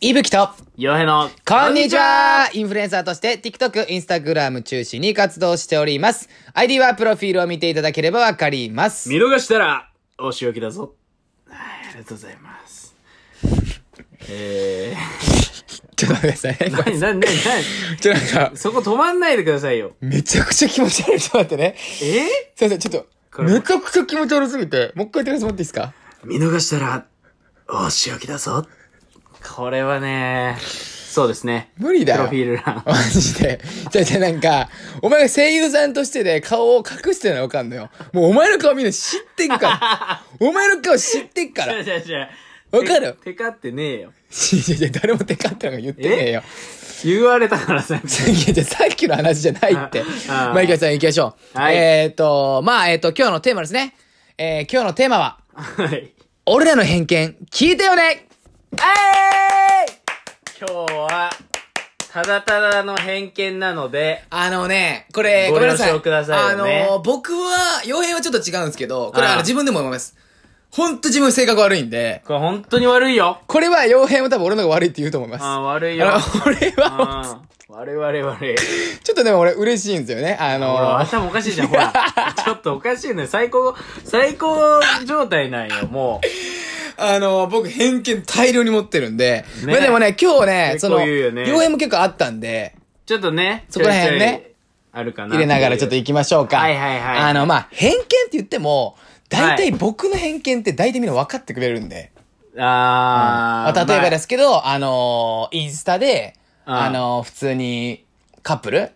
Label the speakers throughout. Speaker 1: いぶきと、
Speaker 2: ヨヘの、
Speaker 1: こんにちはインフルエンサーとして TikTok、Instagram 中心に活動しております。ID はプロフィールを見ていただければわかります。
Speaker 2: 見逃したら、お仕置きだぞ。はい、ありがとうございます。え
Speaker 1: ちょっと待ってください。
Speaker 2: ー、なになになに
Speaker 1: ちょっとなんか、
Speaker 2: そこ止まんないでくださいよ。
Speaker 1: めちゃくちゃ気持ち悪い。ちょっと待ってね。す
Speaker 2: え
Speaker 1: いません、ちょっと、
Speaker 2: これ
Speaker 1: めちゃくちゃ気持ち悪すぎて、もう一回言ってください。もらっていいですか
Speaker 2: 見逃したら、お仕置きだぞ。これはね、そうですね。
Speaker 1: 無理だ
Speaker 2: プ
Speaker 1: よ。
Speaker 2: ロフィール欄。
Speaker 1: マジで。じゃじゃなんか、お前が声優さんとしてで顔を隠してるのはわかんのよ。もうお前の顔みんな知ってっ から。お前の顔知ってっから。
Speaker 2: じゃ
Speaker 1: 違う
Speaker 2: あじゃあじゃあ
Speaker 1: わかる
Speaker 2: ててかってねえよ。
Speaker 1: 違う違う誰もテカってなんか言ってねえよ。
Speaker 2: 言われたからさ。
Speaker 1: いや、じゃあさっきの話じゃないって。
Speaker 2: ああ
Speaker 1: マイケルさん行きましょう。
Speaker 2: はい
Speaker 1: えっ、ー、と、まあ、えっ、と、今日のテーマですね。えー、今日のテーマは、
Speaker 2: はい。
Speaker 1: 俺らの偏見、聞いてよね
Speaker 2: えい今日は、ただただの偏見なので、
Speaker 1: あのね、これ、ご
Speaker 2: ご
Speaker 1: めん
Speaker 2: 了
Speaker 1: なさい。
Speaker 2: 承くださいよね
Speaker 1: あの、僕は、傭兵はちょっと違うんですけど、これ
Speaker 2: ああ
Speaker 1: あの自分でも思います。ほんと自分性格悪いんで、
Speaker 2: これ本当に悪いよ。
Speaker 1: これは傭兵も多分俺の方が悪いって言うと思います。
Speaker 2: あー悪いよ
Speaker 1: あの俺は、
Speaker 2: うん。悪い悪い悪い。
Speaker 1: ちょっとでも俺嬉しいんですよね。あ
Speaker 2: ほら、
Speaker 1: の、
Speaker 2: 頭おかしいじゃん、ほら。ちょっとおかしいね。最高、最高状態なんよ、も
Speaker 1: あの、僕偏見大量に持ってるんで、
Speaker 2: ね
Speaker 1: まあでもね、今日ね、そ
Speaker 2: 結構
Speaker 1: の、
Speaker 2: 言うよね
Speaker 1: 傭兵も結構あったんで、
Speaker 2: う。ちょっとね。
Speaker 1: そこら辺ね
Speaker 2: ちょいちょい。あるかな。
Speaker 1: 入れながらちょっと行きましょうか。
Speaker 2: はいはいはい
Speaker 1: あの、まあ、偏見って言っても、大体僕の偏見って大体みんな分かってくれるんで。
Speaker 2: あ
Speaker 1: ま
Speaker 2: ー。。
Speaker 1: あ例えばですすけど、あのー、インスタで、
Speaker 2: うん
Speaker 1: あのー、普通にカップルうん、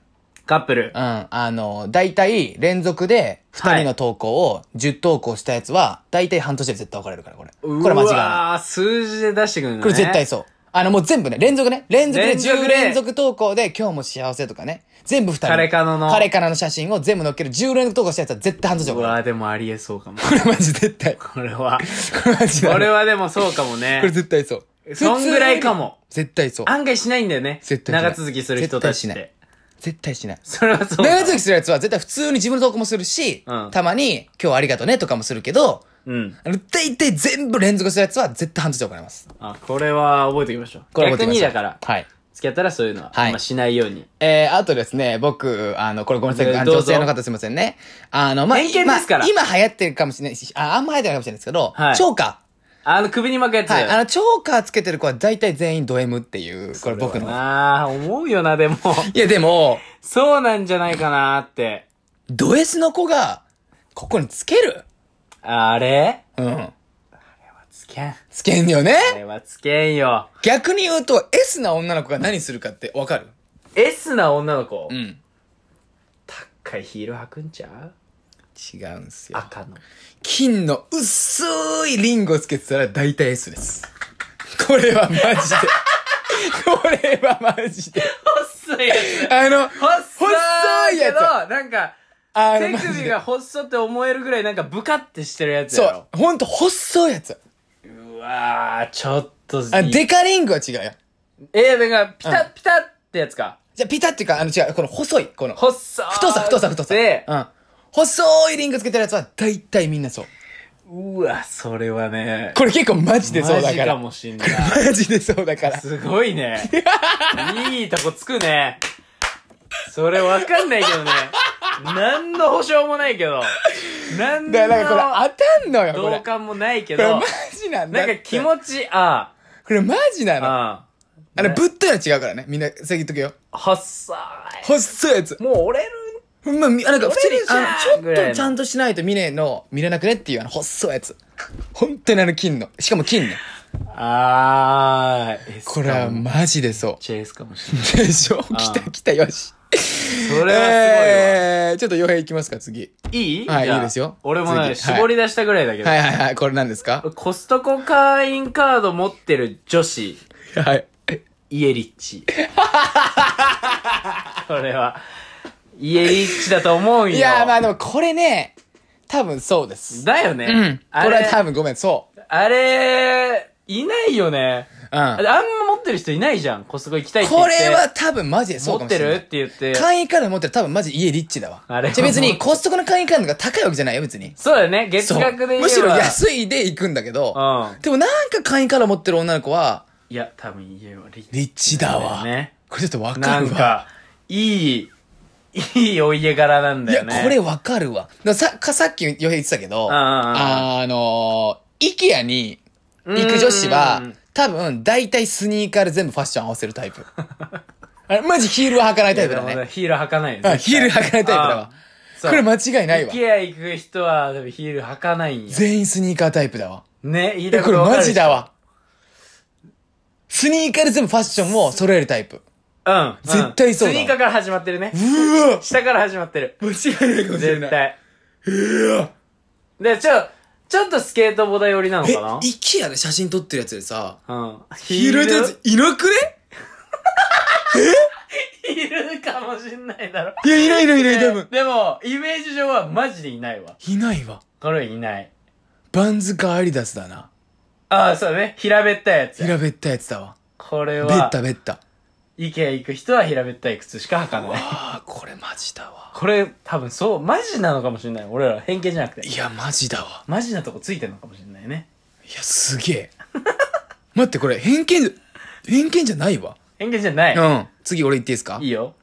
Speaker 2: カップル。
Speaker 1: あのー、大体連続で2人の投稿を10投稿したやつは、大体半年で絶対別れるから、これ。これ間違いない。
Speaker 2: ああ、数字で出してくるのね。
Speaker 1: これ絶対そう。あの、もう全部ね、連続ね。連続で
Speaker 2: 連続
Speaker 1: 10
Speaker 2: で
Speaker 1: 連続投稿で、今日も幸せとかね。全部2人。
Speaker 2: 彼彼の
Speaker 1: 彼からの写真を全部載っける10連続投稿したやつは絶対半年で
Speaker 2: う
Speaker 1: 別れる。
Speaker 2: わーでもありえそうかも。
Speaker 1: これマジ絶対。こ
Speaker 2: これは。
Speaker 1: れマジ
Speaker 2: これ
Speaker 1: は。
Speaker 2: はでもそうかも
Speaker 1: これ
Speaker 2: ね。
Speaker 1: 絶対そう。
Speaker 2: そんぐらいかも。
Speaker 1: 絶対そう。
Speaker 2: 案外しないんだよね。
Speaker 1: 絶対しない
Speaker 2: 長続きする人たちっ
Speaker 1: 絶対
Speaker 2: て。
Speaker 1: 絶対しない。
Speaker 2: それはそうだ。
Speaker 1: 長続きするやつは絶対普通に自分の投稿もするし、
Speaker 2: うん
Speaker 1: たまに今日はありがとうねとかもするけど、
Speaker 2: うん。
Speaker 1: あの、大体全部連続するやつは絶対半年で行われます。
Speaker 2: あ、これは覚えておきましょう。
Speaker 1: これ覚えて
Speaker 2: 逆
Speaker 1: おき
Speaker 2: に
Speaker 1: ましょう
Speaker 2: だから、
Speaker 1: はい。
Speaker 2: 付き合ったらそういうのは、
Speaker 1: はい
Speaker 2: あんましないように。
Speaker 1: えー、あとですね、僕、あの、これごめんなさい、
Speaker 2: ね
Speaker 1: あの
Speaker 2: どう
Speaker 1: 女
Speaker 2: ぞ
Speaker 1: 性の方すいませんね。あの、まあ、
Speaker 2: 偏見ですから
Speaker 1: 今今流行ってるかもしれないし、あ、あんま流行ってないかもしれないですけど、
Speaker 2: はい
Speaker 1: チョーカ
Speaker 2: あの、首に巻くやつ。
Speaker 1: ー。はい。あの、チョーカーつけてる子は大体全員ド M っていう、これ僕の。
Speaker 2: ああ、思うよな、 でも。
Speaker 1: いや、でも、
Speaker 2: そうなんじゃないかなって。
Speaker 1: ド S の子が、ここにつける
Speaker 2: あれ
Speaker 1: うん。
Speaker 2: つけん。あ
Speaker 1: つけんよね
Speaker 2: れはつけんよ。
Speaker 1: 逆に言うと、S な女の子が何するかってわかる
Speaker 2: S な女の子。
Speaker 1: うん。
Speaker 2: 高いヒール履くんちゃう
Speaker 1: 違うんすよ。
Speaker 2: 赤の。
Speaker 1: 金の薄いリンゴつけてたら大体 S です。これはマジで。これはマジで。
Speaker 2: 細いやつ。
Speaker 1: あの、
Speaker 2: 細いやつ。
Speaker 1: 細
Speaker 2: なんか、
Speaker 1: あの、
Speaker 2: 手
Speaker 1: マジ
Speaker 2: 首
Speaker 1: で。
Speaker 2: が細って思えるぐらいなんかブカってしてるやつ
Speaker 1: そ
Speaker 2: や
Speaker 1: う
Speaker 2: ろ。、
Speaker 1: ほんと細いやつ。
Speaker 2: うわー、ちょっとず
Speaker 1: あデカリンゴは違うよ。
Speaker 2: えー、なんか、ピタ
Speaker 1: う
Speaker 2: ッ、ピタッってやつか。
Speaker 1: じゃ、ピタっていうか、あの違う、この細い、この。
Speaker 2: 細さ。
Speaker 1: 太さ、太さ、太さ。
Speaker 2: で、
Speaker 1: うん。細いリンゴつけてるやつは大体みんなそう。
Speaker 2: うわ、それはね。
Speaker 1: これ結構マジでそうだ
Speaker 2: マジ
Speaker 1: か。
Speaker 2: からもしんない。
Speaker 1: マジでそうだから。
Speaker 2: すごいね。いいとこつくね。それわかんないけどね。何の保証もないけど。何
Speaker 1: だから、だ
Speaker 2: の
Speaker 1: からこれ当たんのよ、これ。
Speaker 2: 同
Speaker 1: こ
Speaker 2: 感もないけ
Speaker 1: れ
Speaker 2: ど
Speaker 1: マ。ジなんだ
Speaker 2: な
Speaker 1: っ
Speaker 2: ん
Speaker 1: て。
Speaker 2: か気持ち、あ
Speaker 1: これマジな
Speaker 2: あ、
Speaker 1: の。
Speaker 2: あ
Speaker 1: あの、ぶっといの違うからね。みんな、先言っとくよ。
Speaker 2: あ、細い。
Speaker 1: 細いやつ。
Speaker 2: もう折れる
Speaker 1: ほんま、みあなんか普通に
Speaker 2: 折れる、じゃん
Speaker 1: あの、
Speaker 2: ぐ
Speaker 1: ちょ
Speaker 2: ら
Speaker 1: っ
Speaker 2: いの
Speaker 1: とちゃんとしないと見ねえの、見れなくねっていうあの、細いやつ。本当にあの、金の。しかも金の。
Speaker 2: あー、
Speaker 1: これは
Speaker 2: めっ
Speaker 1: マジでそ。
Speaker 2: ちゃ S かもしれないう
Speaker 1: でしょ来た来た、よし。
Speaker 2: それはすごいわ。
Speaker 1: えー、ちょっと余平いきますか、次。
Speaker 2: いい
Speaker 1: はい
Speaker 2: じゃあ
Speaker 1: いいですよ
Speaker 2: 俺もね、
Speaker 1: 次はい
Speaker 2: 絞り出したぐらいだけど。
Speaker 1: はいはいはい、これ何ですか
Speaker 2: コストコ会員カード持ってる女子、
Speaker 1: はい。
Speaker 2: イエリッチ。 これは、イエリッチだと思うんよ。
Speaker 1: いやー、まあでもこれね、多分そうです。
Speaker 2: だよね。
Speaker 1: うん。
Speaker 2: あ
Speaker 1: これは
Speaker 2: れ、
Speaker 1: 多分ごめん、そう。
Speaker 2: あれ、いないよね。
Speaker 1: うん。
Speaker 2: あんま持ってる人いないじゃん。コストコ行きたいって言っ
Speaker 1: こ
Speaker 2: て。
Speaker 1: れは多分マジでそうか
Speaker 2: 持っ
Speaker 1: もしてれな
Speaker 2: る
Speaker 1: い
Speaker 2: って言って。
Speaker 1: 会員カード持ってる多分マジ家リッチだわ。
Speaker 2: あれ
Speaker 1: じゃ別にコストコの会員カードが高いわけじゃないよ、別に。
Speaker 2: そうだよね。月額で言えば。
Speaker 1: むしろ安いで行くんだけど、
Speaker 2: う
Speaker 1: でもなんか会員カード持ってる女の子は、
Speaker 2: いや、多分家はリッチ
Speaker 1: リッチだわ。
Speaker 2: ね。
Speaker 1: これちょっとわか
Speaker 2: な
Speaker 1: る
Speaker 2: ん
Speaker 1: わ。
Speaker 2: か、いい、いいお家柄なん
Speaker 1: い
Speaker 2: だ
Speaker 1: や、
Speaker 2: よね。
Speaker 1: これわかるわ。ださ、か、さっき、よへ言ってたけど、
Speaker 2: うんうんうん
Speaker 1: あの、イケアに行く女子は
Speaker 2: うん、
Speaker 1: 多分、大体スニーカーで全部ファッション合わせるタイプ。 あれ、マジヒールは履かないタイプだ
Speaker 2: いやでも
Speaker 1: ね。
Speaker 2: ヒール履かないよ
Speaker 1: うんヒール履かないタイプだわ。これ間違いないわ。
Speaker 2: ケア行く人は、多分ヒール履かないんや。
Speaker 1: 全員スニーカータイプだわ。
Speaker 2: ね、言い
Speaker 1: え、
Speaker 2: たい
Speaker 1: こ
Speaker 2: こ
Speaker 1: れ
Speaker 2: とわか
Speaker 1: マ
Speaker 2: るでし
Speaker 1: ジ
Speaker 2: ょ
Speaker 1: だ。わ。スニーカーで全部ファッションを揃えるタイプ。
Speaker 2: うん。うん
Speaker 1: 絶対そうだわ
Speaker 2: スニーカーから始まってるね。
Speaker 1: うわ
Speaker 2: 下から始まってる。
Speaker 1: 間違いないかもしれ
Speaker 2: 絶
Speaker 1: ない。
Speaker 2: 対。で、ちょ、ちょっとスケートボーダー寄りなの
Speaker 1: え
Speaker 2: かな、
Speaker 1: イケアで写真撮ってるやつでさ、
Speaker 2: うん。
Speaker 1: ヒールでやついなくね
Speaker 2: いるかもしんないだろ。
Speaker 1: いや、いないいないいない、多分。
Speaker 2: でも、イメージ上はマジでいないわ。
Speaker 1: いないわ。
Speaker 2: これいない。
Speaker 1: バンズかアリダスだな。
Speaker 2: ああ、そうだね。平べったいやつや。
Speaker 1: 平べったいやつだわ。
Speaker 2: これ
Speaker 1: べっ
Speaker 2: は
Speaker 1: た、べった。
Speaker 2: イケア行く人は平べったい靴しか履かない。
Speaker 1: ああ、これマジだわ。
Speaker 2: これ、多分そう、マジなのかもしんない。俺ら偏見じゃなくて
Speaker 1: い。や、マジだわ。
Speaker 2: マジなとこついてんのかもしんないね。
Speaker 1: いや、すげえ。 待って、これ偏見じゃ、偏見じゃないわ。。
Speaker 2: 偏見じゃないう
Speaker 1: ん。次俺言っていいですか
Speaker 2: いいよ。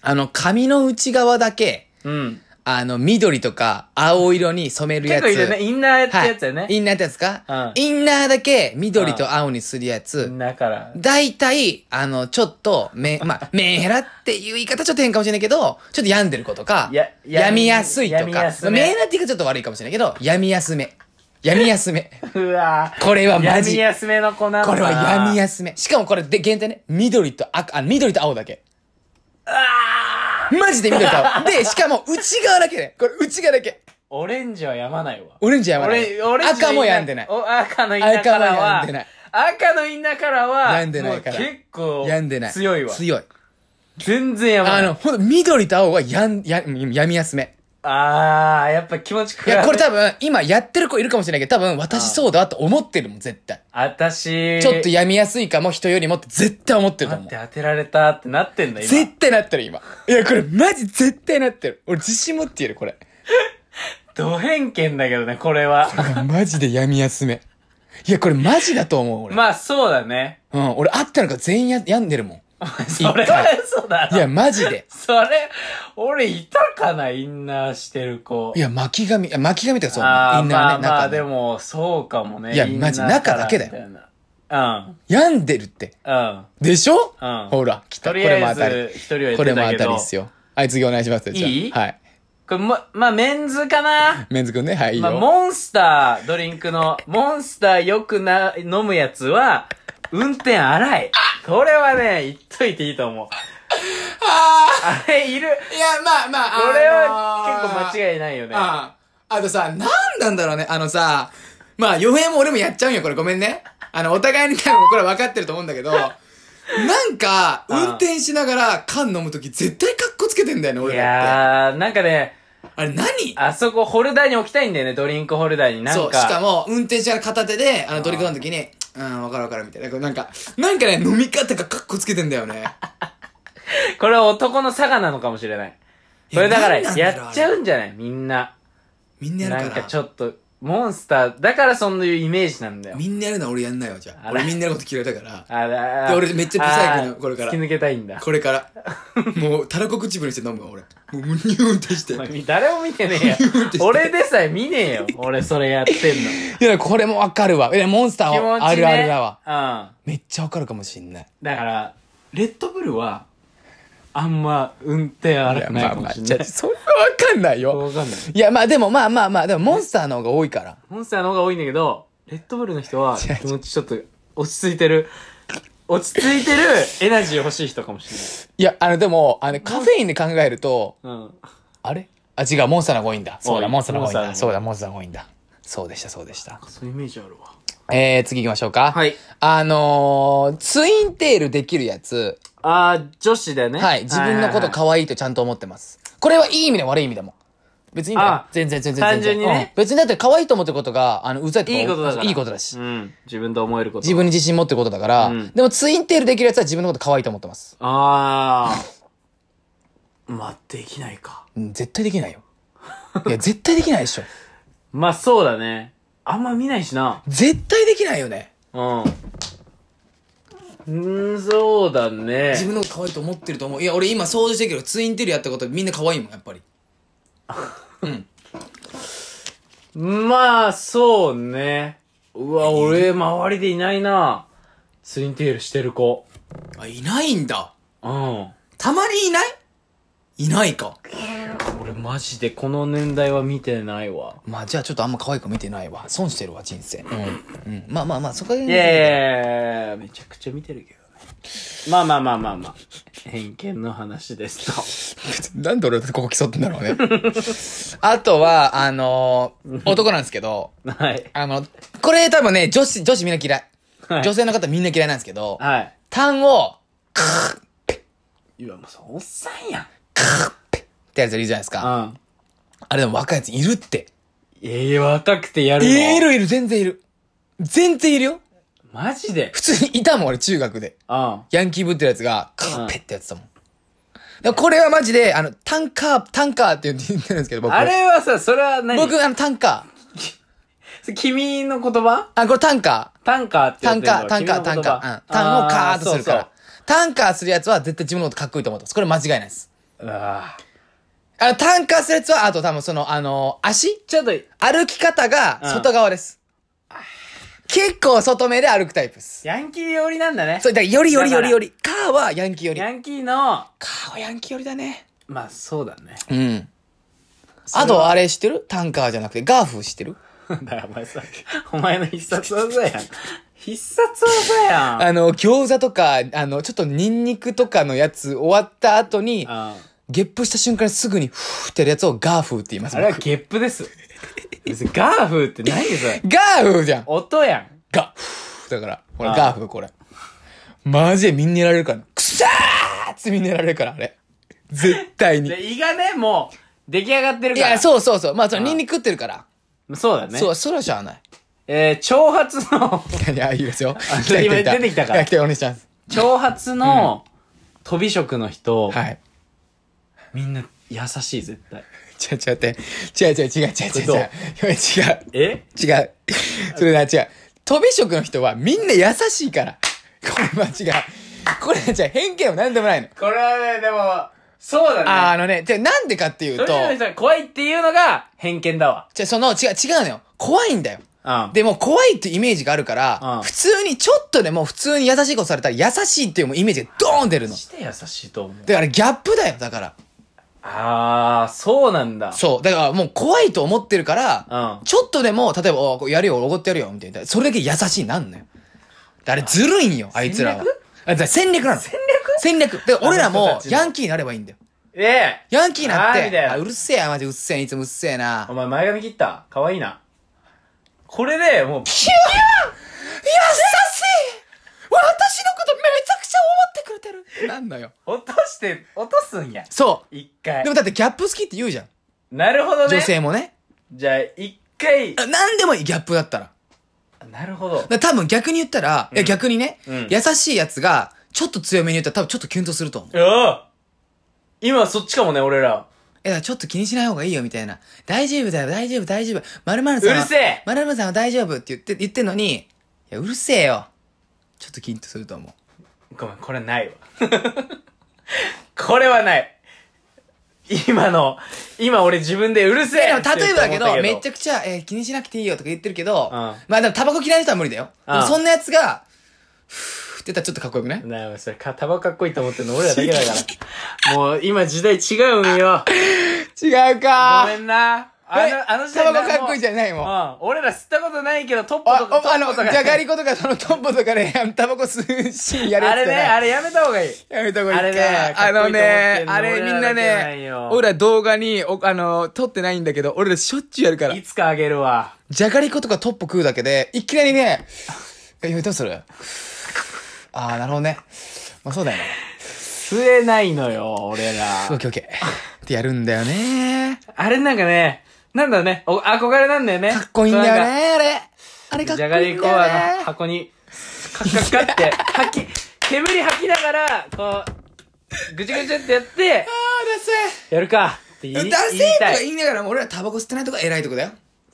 Speaker 1: あの、髪の内側だけ、
Speaker 2: うん。
Speaker 1: あの、緑とか青色に染めるや
Speaker 2: 結
Speaker 1: つ。
Speaker 2: 構いるね。インナーって
Speaker 1: はい
Speaker 2: やつやね。
Speaker 1: インナーってやつか、
Speaker 2: うん
Speaker 1: インナーだけ緑と青にするや
Speaker 2: イ
Speaker 1: つ。
Speaker 2: ンナーから。
Speaker 1: 大体、あの、ちょっと、 め、まあ、メンヘラっていう言い方ちょっと変かもしれないけど、ちょっと病んでる子とか、
Speaker 2: やや
Speaker 1: 病みやすいとか、
Speaker 2: 病みやすめ
Speaker 1: まあメンヘラって言い方ちょっと悪いかもしれないけど、病みやすめ。病みやすめ。
Speaker 2: うわぁ。
Speaker 1: これはマジ
Speaker 2: 闇休めの子なの
Speaker 1: こ
Speaker 2: か
Speaker 1: れ
Speaker 2: な
Speaker 1: は病みやすめ。しかもこれで限定ね、緑と赤、あ、緑と青だけ。マジで緑と青。で、しかも内側だけね。これ内側だけ。
Speaker 2: オレンジはやまないわ。
Speaker 1: オレンジやまない
Speaker 2: 俺、俺
Speaker 1: 赤も病んでない。
Speaker 2: お赤のインナーカラーは。
Speaker 1: 赤も病んでない
Speaker 2: 赤のインナーカラーは。
Speaker 1: 病んでないから
Speaker 2: もう結構。
Speaker 1: 病んでない。
Speaker 2: 強いわ。
Speaker 1: 強い。
Speaker 2: 全然やばな
Speaker 1: あ
Speaker 2: い。
Speaker 1: の、ほんと、緑と青はやん、や、やみやすめ。
Speaker 2: あー、やっぱ気持ち
Speaker 1: い
Speaker 2: く
Speaker 1: や、これ多分、今やってる子いるかもしれないけど、多分、私そうだわと思ってるもん、絶対。
Speaker 2: あたし。
Speaker 1: ちょっとやみやすいかも、人よりもって絶対思ってると
Speaker 2: 待っ
Speaker 1: 思う
Speaker 2: て。当てられたってなってんだ、今。
Speaker 1: 絶対なってる、今。いや、これマジ絶対なってる。俺自信持って言える、これ。
Speaker 2: ド偏見だけどね、これは。
Speaker 1: マジでやみやすめ。いや、これマジだと思う、俺。
Speaker 2: まあ、そうだね。
Speaker 1: うん、俺会ったのが全員や、病んでるも
Speaker 2: それは嘘だ
Speaker 1: ん。
Speaker 2: ろ。
Speaker 1: いや、マジで。
Speaker 2: それ、俺いたかな、インナーしてる子。
Speaker 1: いや、巻き髪、いや巻き髪とかそう、イ
Speaker 2: あー
Speaker 1: ンナーね、中
Speaker 2: まあまあ、
Speaker 1: ね
Speaker 2: でも、そうかもね。
Speaker 1: いや
Speaker 2: インナー
Speaker 1: マジ中だけだよ
Speaker 2: みたいなうん。
Speaker 1: 病んでるって。
Speaker 2: うん。
Speaker 1: でしょ
Speaker 2: うん
Speaker 1: ほら、来た。
Speaker 2: と
Speaker 1: こ
Speaker 2: り
Speaker 1: れも
Speaker 2: あえ
Speaker 1: 当たり
Speaker 2: ず、。一人は言っ
Speaker 1: これ
Speaker 2: て
Speaker 1: も当
Speaker 2: たけ
Speaker 1: たり
Speaker 2: ど
Speaker 1: っ。すよ。はい、次お願いしますよ。じゃあ
Speaker 2: いい
Speaker 1: はい。
Speaker 2: これま、まあ、メンズかな
Speaker 1: メンズくんね、 はい、いい
Speaker 2: まあ、
Speaker 1: よ。
Speaker 2: モンスター、ドリンクの、モンスターよくな、飲むやつは、運転荒い。これはね、言っといていいと思う。あれ、い
Speaker 1: い
Speaker 2: る。
Speaker 1: や、まあまあ、
Speaker 2: これは結構間違いないよね。
Speaker 1: ああとさ、なんなんだろうね、あのさ、まあ、余平も俺もやっちゃうんよ、これごめんね。あの、お互いに多分これ分かってると思うん だけど、なんか、
Speaker 2: うん
Speaker 1: 運転しながら缶飲むとき絶対カッコつけてんだよね、
Speaker 2: い
Speaker 1: 俺らって。
Speaker 2: やー、なんかね、
Speaker 1: あれ何
Speaker 2: あそこホルダーに置きたいんだよね、ドリンクホルダーに。なんか。
Speaker 1: そう、しかも、運転しながら片手で、あの、ドリンク飲むときに、うん、わかるわかる、みたいな。こうなんか、なんかね、飲み方がカッコつけてんだよ ね。
Speaker 2: これは男の差がなのかもしれない。これだから、
Speaker 1: いや何なんだろう
Speaker 2: やっちゃうんじゃないみんな。
Speaker 1: みんなや
Speaker 2: な
Speaker 1: る
Speaker 2: ん
Speaker 1: か
Speaker 2: からち。ょっと、モンスター、だからそんないうイメージなんだよ。
Speaker 1: みんなやるな、俺やんないわ、じゃあ。
Speaker 2: あら
Speaker 1: 俺みんなのこと嫌いだから。
Speaker 2: あら
Speaker 1: で俺めっちゃブサイクな
Speaker 2: あー
Speaker 1: これから
Speaker 2: 突き抜けたいんだ。
Speaker 1: これから。もう、たらこ口ぶりして飲むわ、俺。もう、むにゅーんってして。
Speaker 2: お前誰も見て ねえよ。俺でさえ見ねえよ。俺それやってんの。
Speaker 1: いや、これもわかるわ。いや、モンスター
Speaker 2: 気持ち、
Speaker 1: は
Speaker 2: ね、
Speaker 1: あるあるだわ。
Speaker 2: わ。
Speaker 1: めっちゃわかるかもしんない。
Speaker 2: うん。だから、レッドブルは、あんま運転
Speaker 1: い
Speaker 2: 荒
Speaker 1: や、
Speaker 2: くない
Speaker 1: まあ
Speaker 2: かも
Speaker 1: まあ、
Speaker 2: しん
Speaker 1: じ
Speaker 2: な
Speaker 1: ゃ
Speaker 2: い。
Speaker 1: あそれはわかんないよ。
Speaker 2: わかんない。
Speaker 1: いや、まあでも、まあまあまあ、でも、モンスターの方が多いから。
Speaker 2: モンスターの方が多いんだけど、レッドブルの人は
Speaker 1: 違う違う
Speaker 2: 気持ちちょっと落ち着いてる。落ち着いてるエナジー欲しい人かもし
Speaker 1: いや、あの、でも、あの、カフェインで考えると、
Speaker 2: れない。うん。
Speaker 1: あれあ、違う、モンスターの方が多いんだ。そうだ、
Speaker 2: 多い
Speaker 1: モンスターの方が多いん
Speaker 2: モン
Speaker 1: だ。
Speaker 2: スターの方
Speaker 1: そうだ、モンスターの方が多いんだ。そうでした、そうでした。
Speaker 2: そういうイメージあるわ。
Speaker 1: えー、次行きましょうか。
Speaker 2: はい。
Speaker 1: あのー、ツインテールできるやつ。
Speaker 2: あー、女子だよね。
Speaker 1: はい。自分のこと
Speaker 2: は
Speaker 1: 可愛いとちゃんと思ってます。これはいい意味でも悪い意味でも。別にいいんだよ
Speaker 2: あ。
Speaker 1: 全然全然全然。
Speaker 2: 単純にね
Speaker 1: うん別にだって可愛いと思ってることが、あの、うざいと
Speaker 2: いはいはいいいことだから。
Speaker 1: いいことだし
Speaker 2: う。ん。自分と思えること。
Speaker 1: 自分に自信持ってることだから、
Speaker 2: うん
Speaker 1: でもツインテールできるやつは自分のこと可愛いと思ってます。
Speaker 2: あー。まあ、できないか。
Speaker 1: うん絶対できないよ。いや、絶対できないでしょ。
Speaker 2: まあ、そうだね。あんま見ないしな。
Speaker 1: 絶対できないよね。
Speaker 2: うん。うん、そうだね。
Speaker 1: 自分のこと可愛いと思ってると思う。いや、俺今掃除してるけど、ツインテールやったことみんな可愛いもん、やっぱり。
Speaker 2: まあ、そうね。うわ、俺、周りでいないな。ツインテールしてる子。
Speaker 1: あ、いないんだ。
Speaker 2: うん。
Speaker 1: たまにいないいないか。
Speaker 2: 俺、マジでこの年代は見てないわ。
Speaker 1: まあ、じゃあちょっとあんま可愛く見てないわ。損してるわ、人生。うん。うん。まあまあまあ、そこで。
Speaker 2: いやいやいやいやめちゃくちゃ見てるけどね。まあまあまあまあまあ。偏見の話です
Speaker 1: なんで俺とここ競ってんだろうね。 あとは、あのー男なんですけど、
Speaker 2: と。はい。
Speaker 1: あの、これ多分ね、女子、女子みんな嫌い。
Speaker 2: はい
Speaker 1: 女性の方みんな嫌いなんですけど、
Speaker 2: はい。
Speaker 1: 単を、
Speaker 2: いや、もうそおっさんやん。
Speaker 1: ってやついるじゃないですか。
Speaker 2: うん。
Speaker 1: あれでも若いやついるって。
Speaker 2: ええ若くてやるの。
Speaker 1: いるいる、全然いる。全然いるよ。
Speaker 2: マジで。
Speaker 1: 普通にいたもん、俺中学で。
Speaker 2: うん。
Speaker 1: ヤンキーぶってるやつが、カーペってやってたもん。だからこれはマジで、あの、タンカー、タンカーって言って言ってるんですけど、僕。
Speaker 2: あれはさ、それは何
Speaker 1: 僕、あの、タンカー。
Speaker 2: 君の言葉
Speaker 1: あ、これタンカー。
Speaker 2: タンカーって
Speaker 1: タ
Speaker 2: 言
Speaker 1: ン
Speaker 2: ってんの
Speaker 1: カー、タンカー、タンカー。うん。タンをカーッとするか。ら。タンカーするやつは絶対自分のことかっこいいと思うとこれ間違いないです。
Speaker 2: 君の言葉あーそうそううわー
Speaker 1: あの、タンカーするやつは、あと多分その、あの、足
Speaker 2: ちょっと、
Speaker 1: 歩き方が外側です。結構外目で歩くタイプです。
Speaker 2: ヤンキー寄りなんだね
Speaker 1: そ。れだからよりよりよりより。カーはヤンキーより。
Speaker 2: ヤンキーの、
Speaker 1: カーはヤンキーよりだね。
Speaker 2: まあそうだね。
Speaker 1: うん。あと、あれ知ってるタンカーじゃなくて、ガーフ知ってる
Speaker 2: だからお前さ、お前の必殺技や ん。必殺技やん。
Speaker 1: あの、餃子とか、あの、ちょっとニンニクとかのやつ終わった後に、
Speaker 2: あ
Speaker 1: ゲップした瞬間にすぐにフーってやるやつをガーフーって言います。
Speaker 2: あれはゲップです。別にガーフって何それ
Speaker 1: ガーフじゃん
Speaker 2: 音やん。
Speaker 1: ガフーだから、ほら、ガーフこれ。マジでみんなやられるからな。くしゃーってみんなやられるから、あれ。絶対に。い
Speaker 2: で、胃がね、もう、出来上がってるから。
Speaker 1: や、そうそうそう。まあ、そのニンニク食ってるから。
Speaker 2: う。そうだね。
Speaker 1: そう、それはしゃあ ない。
Speaker 2: えー、挑発の、
Speaker 1: いや、いいですよ。
Speaker 2: あ
Speaker 1: 来た
Speaker 2: 今
Speaker 1: 来
Speaker 2: 出てきたから
Speaker 1: いや来たお願いします。
Speaker 2: 挑発の、飛び職の人、
Speaker 1: はい。
Speaker 2: みんな優しい、絶対。
Speaker 1: ちょ、ちょ、待って。違う違う違う違う違う違う。違う。
Speaker 2: え
Speaker 1: 違う。それな、違う。飛び職の人はみんな優しいから。これ間違う。これじゃ偏見は何でもないの。
Speaker 2: これはね、でも、そうだね。
Speaker 1: あーあのね、じゃあなんでかっていう
Speaker 2: そ
Speaker 1: と、
Speaker 2: れじゃない
Speaker 1: じ
Speaker 2: 人が怖いっていうのが偏見だわ。
Speaker 1: ゃあその、違う、違うのよ。怖いんだよ。
Speaker 2: うん。
Speaker 1: でも怖いっていうイメージがあるから、
Speaker 2: うん
Speaker 1: 普通にちょっとでも普通に優しいことされたら優しいっていうもうイメージがドーン出るの。
Speaker 2: して優しいと思う。
Speaker 1: だからギャップだよ、だから。
Speaker 2: ああ、そうなんだ。
Speaker 1: そう。だからもう怖いと思ってるから、
Speaker 2: うん
Speaker 1: ちょっとでも、例えば、おこうやるよ、おごってやるよ、みたいな。それだけ優しいなんのよ。あれずるいんよ、あいつらは。あだから戦略なの。戦略戦略。で、俺ら
Speaker 2: あの
Speaker 1: も
Speaker 2: 人たちの
Speaker 1: ヤンキーになればいいんだよ。
Speaker 2: ええ
Speaker 1: ヤンキーになっ
Speaker 2: あーみたい
Speaker 1: て、
Speaker 2: な
Speaker 1: あうるせえや、マジうっせえ、いつもうっせえな
Speaker 2: お。前前髪切ったかわいいな。これで、もう、
Speaker 1: 優しい私のことめちゃくちゃ思ってくれてるなんだよ。
Speaker 2: 落として、落とすんや。
Speaker 1: そ
Speaker 2: 一
Speaker 1: う。
Speaker 2: 回
Speaker 1: で。もだってギャップ好きって言うじゃん。
Speaker 2: なるほどね。
Speaker 1: 女性もね。
Speaker 2: じゃあ、一回、
Speaker 1: あ何でもいい、ギャップだったら。
Speaker 2: なるほど。
Speaker 1: だから多分逆に言ったら、いや逆にね、
Speaker 2: うん
Speaker 1: 優しいやつが、ちょっと強めに言ったら多分ちょっとキュンとすると思う。
Speaker 2: うわ今そっちかもね、俺ら。
Speaker 1: え、だからちょっと気にしない方がいいよみたいな。大丈夫だよ、大丈夫、大丈夫。〇〇さんは。
Speaker 2: うるせえ
Speaker 1: 〇〇さんは大丈夫って言って、言ってんのに、いや、うるせえよ。ちょっとキュンとすると思う。
Speaker 2: ごめん、これないわ。 これはない。今の、今俺自分でうるせえ
Speaker 1: え、でも例えばだけど、めち
Speaker 2: ゃ、
Speaker 1: ゃくちゃ、えー気にしなくていいよとか言ってるけど、
Speaker 2: うん
Speaker 1: まあでもタバコ嫌いな人は無理だよ。
Speaker 2: うん
Speaker 1: でもそんなやつが、ふーって言ったらちょっとかっこよくない
Speaker 2: なあ、それか、タバかっこいいと思ってるの俺らだけだから。もう今時代違うんよ。
Speaker 1: 違う
Speaker 2: ご
Speaker 1: か
Speaker 2: めんな。あ
Speaker 1: え
Speaker 2: の、あの時
Speaker 1: タ
Speaker 2: 代
Speaker 1: バコかっこいいじゃないもん。
Speaker 2: ん。俺ら吸ったことないけど、トップ
Speaker 1: あ
Speaker 2: とか、ト
Speaker 1: あ
Speaker 2: ッ
Speaker 1: の、
Speaker 2: プと
Speaker 1: じ
Speaker 2: か。
Speaker 1: ゃがりことか、そのトンボとかね、あのタバコ吸うシーンやるや
Speaker 2: あ
Speaker 1: つ
Speaker 2: れね、
Speaker 1: だ
Speaker 2: あれやめた方がいい。
Speaker 1: やめた方がいいか。あ
Speaker 2: あれねかっこいいと思
Speaker 1: の
Speaker 2: って
Speaker 1: ね
Speaker 2: ん、の
Speaker 1: あれみんな
Speaker 2: 俺らだけじゃない
Speaker 1: ね
Speaker 2: よ、
Speaker 1: 俺ら動画に、おあの、撮ってないんだけど、俺らしょっちゅうやるから
Speaker 2: い。つかあげるわ。
Speaker 1: じゃがりことかトップ食うだけで、いきなり ね、え、いやどうするあー、なるほどね。まあそうだよね。
Speaker 2: 吸えないのよ、俺ら
Speaker 1: オッ。ケーオッケー。ってやるんだよね。
Speaker 2: あれなんかね、なんだろうね、お憧れなんだよね。
Speaker 1: かっこいいんだよ
Speaker 2: なんか
Speaker 1: ね、あれ。あれかっ
Speaker 2: じ
Speaker 1: こい
Speaker 2: ゃが
Speaker 1: い
Speaker 2: り
Speaker 1: ん
Speaker 2: こ
Speaker 1: だ
Speaker 2: は
Speaker 1: よ
Speaker 2: あの
Speaker 1: ね。
Speaker 2: 箱に、カッカッカって、吐き、煙吐きながら、こう、ぐちゃぐちゃってやって、
Speaker 1: あー、ダセ
Speaker 2: やるかって言い
Speaker 1: ー。
Speaker 2: 言い
Speaker 1: ダセーと
Speaker 2: た
Speaker 1: か
Speaker 2: い。
Speaker 1: 言いながらも俺らタバコ吸ってないとこ偉いとこだよ。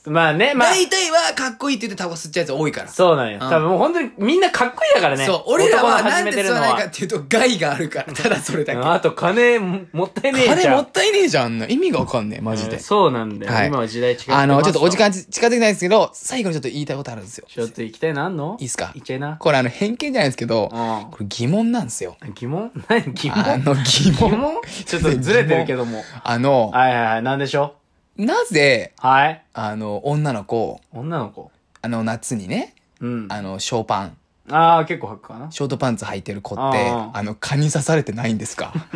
Speaker 2: まあね、まあ、
Speaker 1: 大体はかっこいいって言ってタバコ吸っちゃうやつ多いから。
Speaker 2: そうなんよ。
Speaker 1: うん
Speaker 2: 多分もう本当にみんなかっこいいだからね。
Speaker 1: そう、俺らは
Speaker 2: 男が
Speaker 1: な
Speaker 2: 始
Speaker 1: ん
Speaker 2: め
Speaker 1: で
Speaker 2: て
Speaker 1: 吸
Speaker 2: る
Speaker 1: わ
Speaker 2: の
Speaker 1: ない
Speaker 2: は
Speaker 1: かっていうと、害があるから、ただそれだけ。
Speaker 2: うんあと金ももったいねえじゃ
Speaker 1: あ
Speaker 2: ん。
Speaker 1: れもったいねえじゃん、あんな。意味がわかんねえ、マジで。
Speaker 2: そうなんだよ。
Speaker 1: はい
Speaker 2: 今は時代違ってます
Speaker 1: あの、ちょっとお時。間近づいてないですけど、最後にちょっと言いたいことあるんですよ。
Speaker 2: ちょっと行きたいのあんの
Speaker 1: いいっすか
Speaker 2: 行っちゃいな。
Speaker 1: これあの、偏見じゃないですけど、
Speaker 2: う
Speaker 1: これ疑問なんですよ。
Speaker 2: ん。疑問 何疑
Speaker 1: あ
Speaker 2: 問
Speaker 1: の、疑
Speaker 2: 疑
Speaker 1: 問。
Speaker 2: 問ちょっとずれてるけども。
Speaker 1: あの、
Speaker 2: はいはいはい。なんでしょ
Speaker 1: なぜ、
Speaker 2: うはい。
Speaker 1: あの、女の子、
Speaker 2: 女の子。
Speaker 1: あの、夏にね、
Speaker 2: うん。
Speaker 1: あの、ショーパン、
Speaker 2: ああ、結構履くかな。
Speaker 1: ショートパンツ履いてる子って、
Speaker 2: あ
Speaker 1: あの、蚊に刺されてないんですか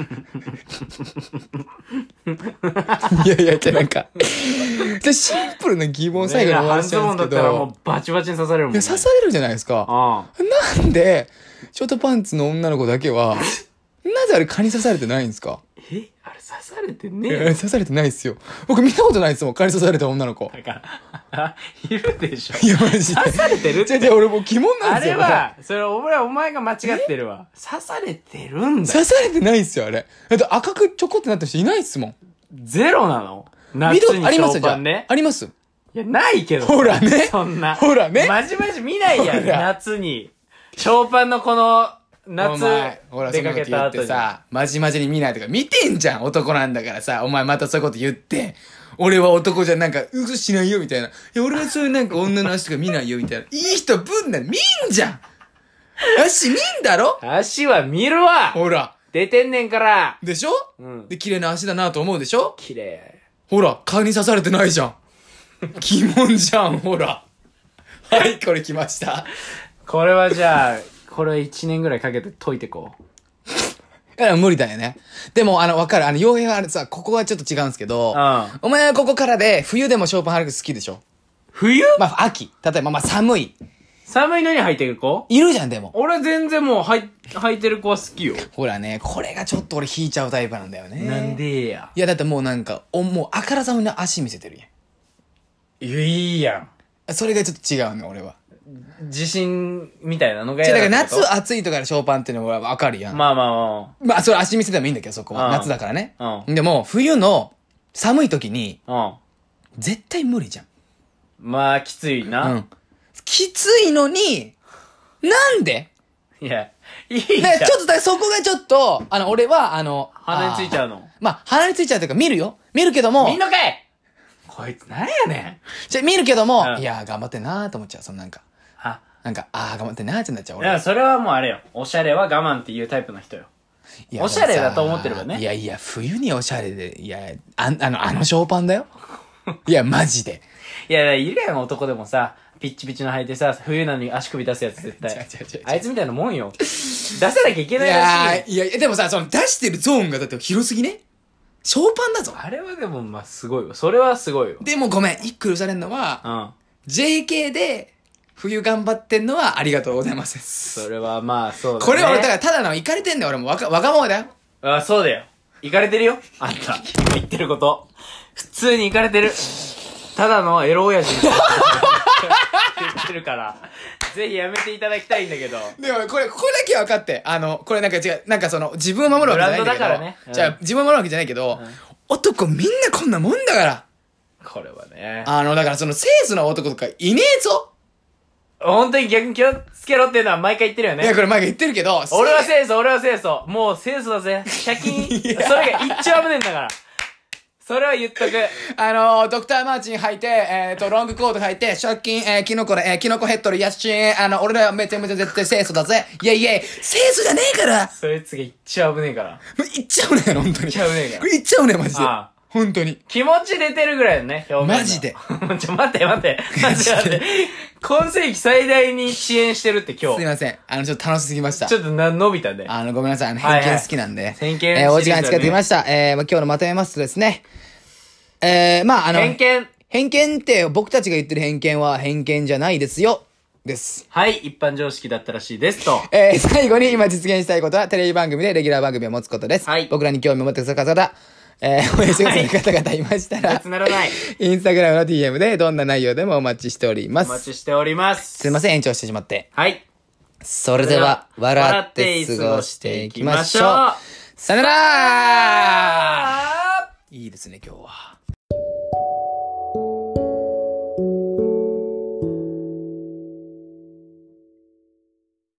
Speaker 1: いやいや、じゃあなん か、じゃあシンプルな疑問最後に終わらせちゃうんですけ
Speaker 2: ね半ズボンだったらも
Speaker 1: ど
Speaker 2: う、バチバチに刺されるもん、
Speaker 1: いや、
Speaker 2: ね。
Speaker 1: 刺されるじゃないですか。
Speaker 2: あ
Speaker 1: なんで、ショートパンツの女の子だけ は、なぜあれ蚊に刺されてないんですか
Speaker 2: えあれ刺されて
Speaker 1: い
Speaker 2: ね
Speaker 1: や
Speaker 2: えよ
Speaker 1: 刺されてないですよ。僕見たことないですもん、蚊に刺された女の子。
Speaker 2: だから、 いるでしょ。
Speaker 1: いや、マジで。
Speaker 2: 刺されてるっ
Speaker 1: じゃ
Speaker 2: て。
Speaker 1: じゃ俺もう疑問な
Speaker 2: あ
Speaker 1: んです
Speaker 2: れ
Speaker 1: よ。
Speaker 2: は、それ俺はお前が間違ってるわ。刺されてるんだよ。
Speaker 1: 刺されてないっすよ、あれ。だって赤くちょこってなった人いないっすもん。
Speaker 2: ゼロなの夏
Speaker 1: 緑
Speaker 2: に
Speaker 1: あります
Speaker 2: シ
Speaker 1: よ、じ
Speaker 2: ョー
Speaker 1: ゃ
Speaker 2: パ
Speaker 1: あ
Speaker 2: ンね。。
Speaker 1: あります。
Speaker 2: いや、ないけどさ。
Speaker 1: ほらね
Speaker 2: そんな。
Speaker 1: ほらね
Speaker 2: まじまじ見ないやん、
Speaker 1: ほら
Speaker 2: 夏に。ショーパンのこの、夏
Speaker 1: お前、ほら、そ
Speaker 2: 出
Speaker 1: んな
Speaker 2: か
Speaker 1: こと
Speaker 2: け
Speaker 1: 言
Speaker 2: た
Speaker 1: って
Speaker 2: 後に。
Speaker 1: さ、まじまじに見ないとか、見てんじゃん、男なんだからさ、お前またそういうこと言って、俺は男じゃなんか、うずしないよ、みたいな。いや、俺はそういうなんか女の足とか見ないよ、みたいな。いい人ぶんな、見んじゃん足見んだろ
Speaker 2: 足は見るわ
Speaker 1: ほら。
Speaker 2: 出てんねんから
Speaker 1: でしょ
Speaker 2: うん。
Speaker 1: で、綺麗な足だなと思うでしょ
Speaker 2: 綺麗。
Speaker 1: ほら、蚊に刺されてないじゃん。疑問じゃん、ほら。はい、これ来ました。
Speaker 2: これはじゃあ、これは1年ぐらいかけて解いてこう。
Speaker 1: いや、無理だよね。でも、あの、わかる。あの、傭兵はあれさ、ここはちょっと違うんですけど、
Speaker 2: うん
Speaker 1: お前はここからで、冬でもショーパン履く好きでしょ
Speaker 2: 冬
Speaker 1: まあ、秋。例えば、まあ、寒い。
Speaker 2: 寒いのに履いてる子
Speaker 1: いるじゃん、でも。
Speaker 2: 俺全然もう履い履いてる子は好きよ。
Speaker 1: ほらね、これがちょっと俺引いちゃうタイプなんだよね。
Speaker 2: なんでや。
Speaker 1: いや、だってもうなんか、おもう、あからさまに足見せてるや
Speaker 2: いいや
Speaker 1: ん。それがちょっと違うの、俺は。
Speaker 2: ん。自信みたいなのが
Speaker 1: 違うだか
Speaker 2: 嫌
Speaker 1: ら
Speaker 2: ってこ
Speaker 1: 夏
Speaker 2: と
Speaker 1: 暑いとかでショーパンっていうのはわかるやん。
Speaker 2: まあまあま
Speaker 1: まあ、それ足見せてもいいんだけど、そこ
Speaker 2: う
Speaker 1: は。
Speaker 2: ん
Speaker 1: 夏だからね。
Speaker 2: う
Speaker 1: でも、冬の寒い時に、
Speaker 2: あ。
Speaker 1: 絶対無理じゃ
Speaker 2: うん。まあ、きついな。
Speaker 1: ん。うん。きついのに、なんで
Speaker 2: いや、 いいじゃん
Speaker 1: ね、。ちょっとだ、そこがちょっと、あの、俺は、あの、
Speaker 2: 鼻についち
Speaker 1: う。
Speaker 2: ゃうの。
Speaker 1: まあ、鼻についちゃうというか、見るよ。見るけども、
Speaker 2: みんなかいこいつなんやねん。
Speaker 1: じゃ見るけども、
Speaker 2: うん
Speaker 1: いやー、頑張ってんなーと思っちゃう。そのなんか、
Speaker 2: あ、
Speaker 1: なんか、あー、頑張ってんなーってなっちゃう。
Speaker 2: だ
Speaker 1: 俺
Speaker 2: か
Speaker 1: は
Speaker 2: らそれはもうあれよ。おしゃれは我慢っていうタイプの人よ。
Speaker 1: いや
Speaker 2: おしゃれだと思ってればね
Speaker 1: いやいや、冬におしゃれで、いや、あんあの、あのショーパン だよ。いや、マジで。
Speaker 2: いや、いるやん、男でもさ、ピッチピチの履いてさ、冬なのに足首出すやつ絶
Speaker 1: 違う 違う
Speaker 2: 対
Speaker 1: 違う違う。
Speaker 2: あいつみたいなもんよ。出さなきゃいけ
Speaker 1: い
Speaker 2: ないら
Speaker 1: や
Speaker 2: しいよ。
Speaker 1: ーいや、いやでもさ、その出してるゾーンがだって広すぎねショーパンだぞ。
Speaker 2: あれはでも、まあ、すごいよ。それはすごいよ。
Speaker 1: でもごめん、一個許されるの
Speaker 2: う
Speaker 1: は、
Speaker 2: ん。
Speaker 1: JK で冬頑張ってんのはありがとうございますです。
Speaker 2: それはまあ、そうだね。
Speaker 1: これは俺、だからただのイカれてんだよ、俺もわか、わがままだよ。
Speaker 2: あ、そうだよ。行かれてるよ。あんた、今言ってること。普通に行かれてる。ただのエロ親父みたいなこと言ってるから、ぜひやめていただきたいんだけど。
Speaker 1: でもこれ、これだけは分かって。あの、これなんか違う、なんかその、自分を守るわけじゃないんだけど。
Speaker 2: ブランドだからねうん
Speaker 1: じゃあ、自分を守るわけじゃないけど、男みんなこんなもんだから。
Speaker 2: これはね。
Speaker 1: あの、だからその、清楚な男とかいねえぞ。
Speaker 2: 本当に逆に気をつけろっていうのは毎回言ってるよ
Speaker 1: いや、
Speaker 2: ね。
Speaker 1: これ前が言ってるけど、
Speaker 2: 俺は清楚、俺は清楚。もう清楚だぜ。シャキ
Speaker 1: い
Speaker 2: ーン。
Speaker 1: や
Speaker 2: それが一丁危ねえんだから。それは言っとく。
Speaker 1: あのドクターマーチン履いて、えっ、と、ロングコート履いて、借金、えー、キノコで、えー、キノコヘッドで、ヤッシーン、あの、俺らめちゃめちゃ絶対清楚だぜ。イェイイェイ。清楚じゃねえから
Speaker 2: そいつが一丁危ねえから。
Speaker 1: もう行っちゃうね、本当に。行っ
Speaker 2: ちゃうね
Speaker 1: これ行っちゃうね、マジで
Speaker 2: ああ。
Speaker 1: 本当に。
Speaker 2: 気持ち出てるぐらいだね、表面の。
Speaker 1: マジで。
Speaker 2: ちょ、待って待 って。待って待って。今世紀最大に遅延してるって今
Speaker 1: すい
Speaker 2: 日。
Speaker 1: ません。あの、ちょっと楽しすぎました
Speaker 2: ち。ょっとな、伸びたね。
Speaker 1: あの、ごめんなさい。あの、
Speaker 2: はいはい
Speaker 1: 偏見好きなんで。
Speaker 2: 偏見シリーズだね
Speaker 1: えーお時間が近づきました。えー、まあ今日のまとめますとですね。えー、まああの、
Speaker 2: 偏見。
Speaker 1: 偏見って僕たちが言ってる偏見は偏見じゃないですよ。です。
Speaker 2: はい、一般常識だったらしいですと。
Speaker 1: えー、最後に今実現したいことはテレビ番組でレギュラー番組を持つことです。
Speaker 2: はい
Speaker 1: 僕らに興味を持ってくださる方々、えー、応援してくださる方々いましたら、
Speaker 2: つならない。
Speaker 1: インスタグラムの DM でどんな内容でもお待ちしておりま
Speaker 2: お待
Speaker 1: す。
Speaker 2: ちしております。
Speaker 1: すいません、延長してしまって。
Speaker 2: はい。
Speaker 1: それでは、笑って過ごしていきましょう。
Speaker 2: 笑って過ごしていきましょう
Speaker 1: さよなら
Speaker 2: あー
Speaker 1: いいですね、今日は。